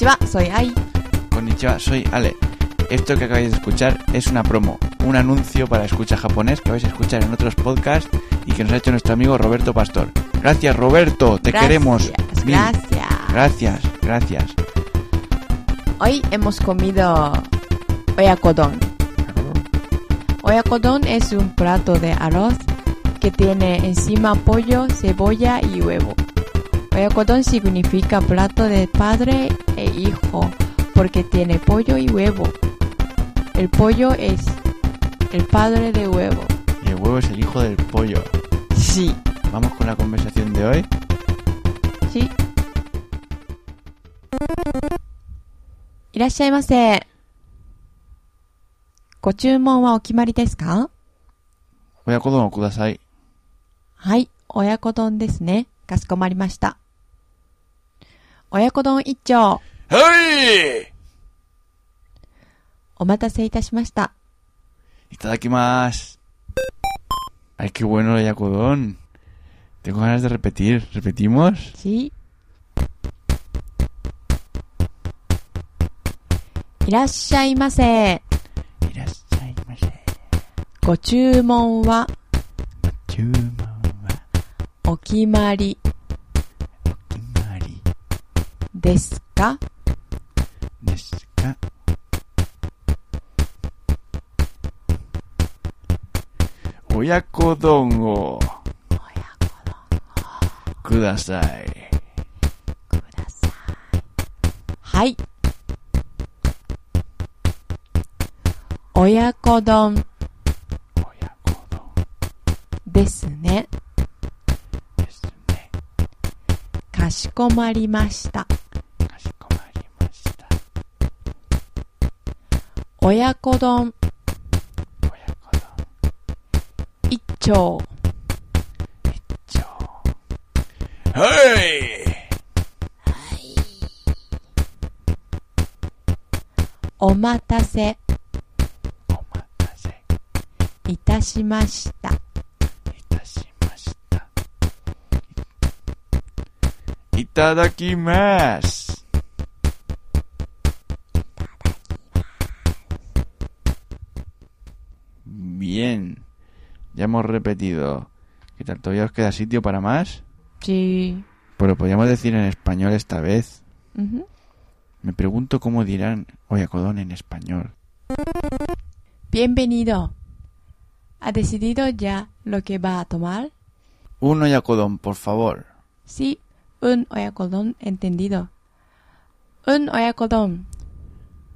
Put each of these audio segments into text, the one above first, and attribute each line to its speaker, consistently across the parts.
Speaker 1: Hi.
Speaker 2: Konnichiwa, soy Ale. Esto que acabáis de escuchar es una promo, un anuncio para escucha japonés que vais a escuchar en otros podcasts y que nos ha hecho nuestro amigo Roberto Pastor. Gracias, Roberto, te
Speaker 1: Gracias,
Speaker 2: queremos. Mil
Speaker 1: Gracias.
Speaker 2: Gracias, gracias.
Speaker 1: Hoy hemos comido oyakodon. Oyakodon es un plato de arroz que tiene encima pollo, cebolla y huevo. Oyakodon significa plato de padre e hijo porque tiene pollo y huevo. El pollo es el padre de huevo.
Speaker 2: Y el huevo es el hijo del pollo.
Speaker 1: Sí,
Speaker 2: Vamos con la conversación de hoy.
Speaker 1: sí. いらっしゃいませ。ご注文はお決まりですか
Speaker 2: Voy a o Kudasai.
Speaker 1: はい、親子丼ですね。かしこまりました。親子丼一丁、
Speaker 2: ¡Hey!
Speaker 1: お待たせいたしました。
Speaker 2: más. Ay, qué bueno el Yacodón. Tengo ganas de repetir. ¿Repetimos?
Speaker 1: しいらっしゃいませ。
Speaker 2: いらっしゃいませ。
Speaker 1: ご注文は
Speaker 2: 注文は
Speaker 1: お決まり
Speaker 2: 決まり
Speaker 1: ですか
Speaker 2: ですか親子丼
Speaker 1: 親
Speaker 2: を
Speaker 1: 子丼
Speaker 2: ください。
Speaker 1: ください。はい。親子丼
Speaker 2: 親子丼
Speaker 1: ですね。
Speaker 2: ですね。
Speaker 1: かしこまりました。
Speaker 2: かしこまりました。
Speaker 1: 親子丼
Speaker 2: 親子丼
Speaker 1: 一丁。
Speaker 2: 一丁。はい
Speaker 1: お待たせ
Speaker 2: お待たせ
Speaker 1: いたしました。
Speaker 2: いたしました。いただきます。Bien, ya hemos repetido. ¿Qué tal? ¿Todavía os queda sitio para más?
Speaker 1: Sí.
Speaker 2: Pero podríamos decir en español esta vez.
Speaker 1: Ujú.
Speaker 2: Me pregunto cómo dirán Oyacodón en español.
Speaker 1: Bienvenido. ¿Ha decidido ya lo que va a tomar?
Speaker 2: Un Oyacodón, por favor.
Speaker 1: Sí, un oyakodon entendido. Un oyakodon.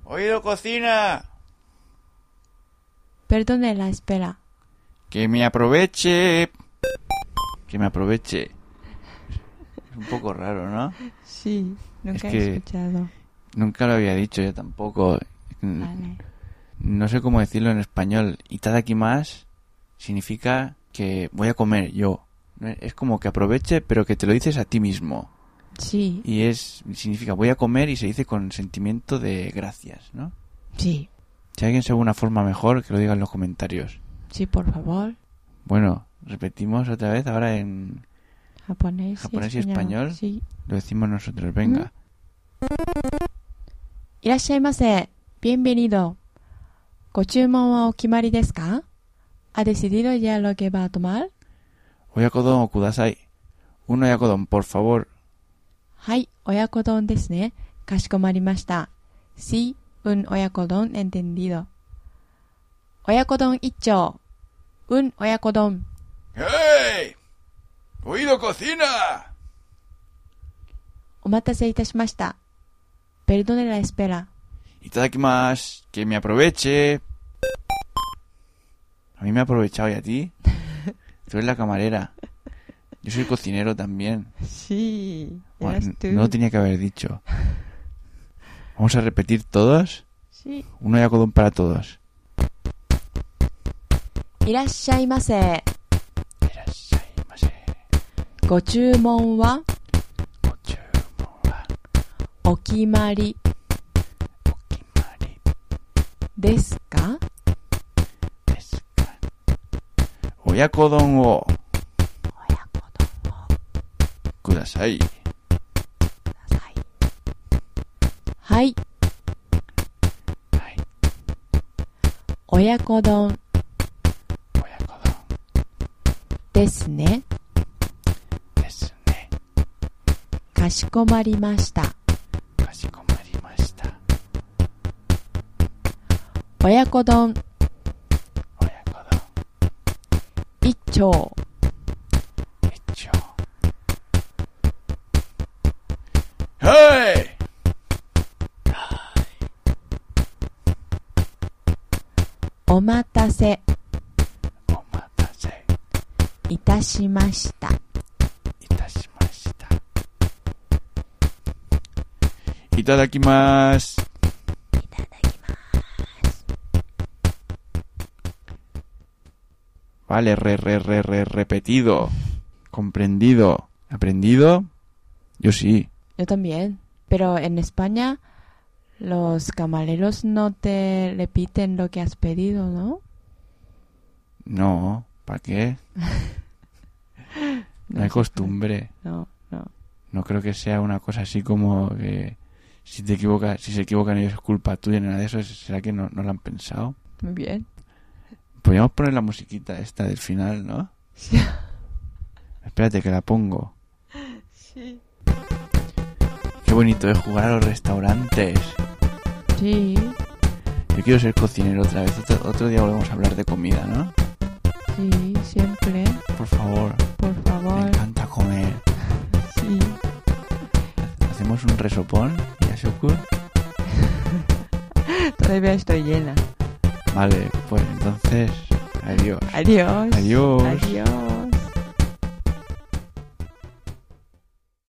Speaker 2: ¡Oído cocina!
Speaker 1: Perdone la espera.
Speaker 2: Que me aproveche. Que me aproveche. Es un poco raro, ¿no?
Speaker 1: Sí,
Speaker 2: nunca Es he que-
Speaker 1: escuchado.
Speaker 2: Nunca lo había dicho yo tampoco. No sé cómo decirlo en español. más significa que voy a comer yo. Es como que aproveche, pero que te lo dices a ti mismo.
Speaker 1: Sí,
Speaker 2: Y es significa voy a comer y se dice con sentimiento de gracias, ¿no?
Speaker 1: sí,
Speaker 2: Si alguien sabe una forma mejor, que lo diga en los comentarios.
Speaker 1: sí, por favor.
Speaker 2: Bueno, repetimos otra vez ahora en,
Speaker 1: Japonés,
Speaker 2: Japonés y
Speaker 1: y español.
Speaker 2: español.
Speaker 1: Sí.
Speaker 2: Lo decimos nosotros, venga.
Speaker 1: いらっしゃいませ。Bienvenido. ご注文はお決まりですか ¿Ha decidido ya lo que va a tomar?
Speaker 2: Oyacodón o Kudasai. Un Oyacodón, por favor.
Speaker 1: はい、親子丼ですね。かしこまりました。Sí, un 親子丼 entendido. 親子丼一丁。Un 親子丼。
Speaker 2: ¡Hey! ¡Oído cocina!
Speaker 1: お待たせいたしました。Perdone la espera.
Speaker 2: más que me aproveche. A mí me ha aprovechado y a ti. Tú eres la camarera. Yo soy cocinero también.
Speaker 1: Sí,
Speaker 2: Bueno, n- no lo tenía que haber dicho. Vamos a repetir todos.
Speaker 1: Sí.
Speaker 2: Un Oyacodón para todos.
Speaker 1: いらっしゃいませ。ご注文はお決まりですか
Speaker 2: ですか親子丼を
Speaker 1: 親子丼
Speaker 2: ください。
Speaker 1: ください。はい、 Oyakodon
Speaker 2: Oyakodon
Speaker 1: desu ne.
Speaker 2: ですね。
Speaker 1: かしこまりました。
Speaker 2: かしこまりました。
Speaker 1: 親子丼
Speaker 2: 親子丼
Speaker 1: 一丁。
Speaker 2: 一丁。¡Hey!
Speaker 1: 「お待たせ
Speaker 2: お待たせ
Speaker 1: いたしました
Speaker 2: いたしました。いただきます。」
Speaker 1: いただきます
Speaker 2: Vale, re, re, re, re, repetido. Comprendido. ¿Aprendido? Yo sí.
Speaker 1: Yo también. Pero en España los camareros no te repiten lo que has pedido, ¿no?
Speaker 2: No, ¿para qué? No hay
Speaker 1: sé.
Speaker 2: costumbre.
Speaker 1: No, no.
Speaker 2: No creo que sea una cosa así como que si te equivocas, si se equivocan ellos es culpa tuya, ni nada de eso. ¿Será que no, no lo han pensado?
Speaker 1: Muy bien.
Speaker 2: Podríamos poner la musiquita esta del final, ¿no? Espérate que la pongo.
Speaker 1: Sí.
Speaker 2: Qué bonito es jugar a los restaurantes.
Speaker 1: Sí,
Speaker 2: Yo quiero ser cocinero otra vez. Otro, otro día volvemos a hablar de comida, ¿no?
Speaker 1: sí, siempre.
Speaker 2: Por favor,
Speaker 1: Por
Speaker 2: me
Speaker 1: favor.
Speaker 2: encanta comer.
Speaker 1: Sí.
Speaker 2: Hacemos un resopón y así ocurre.
Speaker 1: Todavía estoy llena.
Speaker 2: Vale, pues entonces, adiós.
Speaker 1: Adiós.
Speaker 2: Adiós.
Speaker 1: Adiós.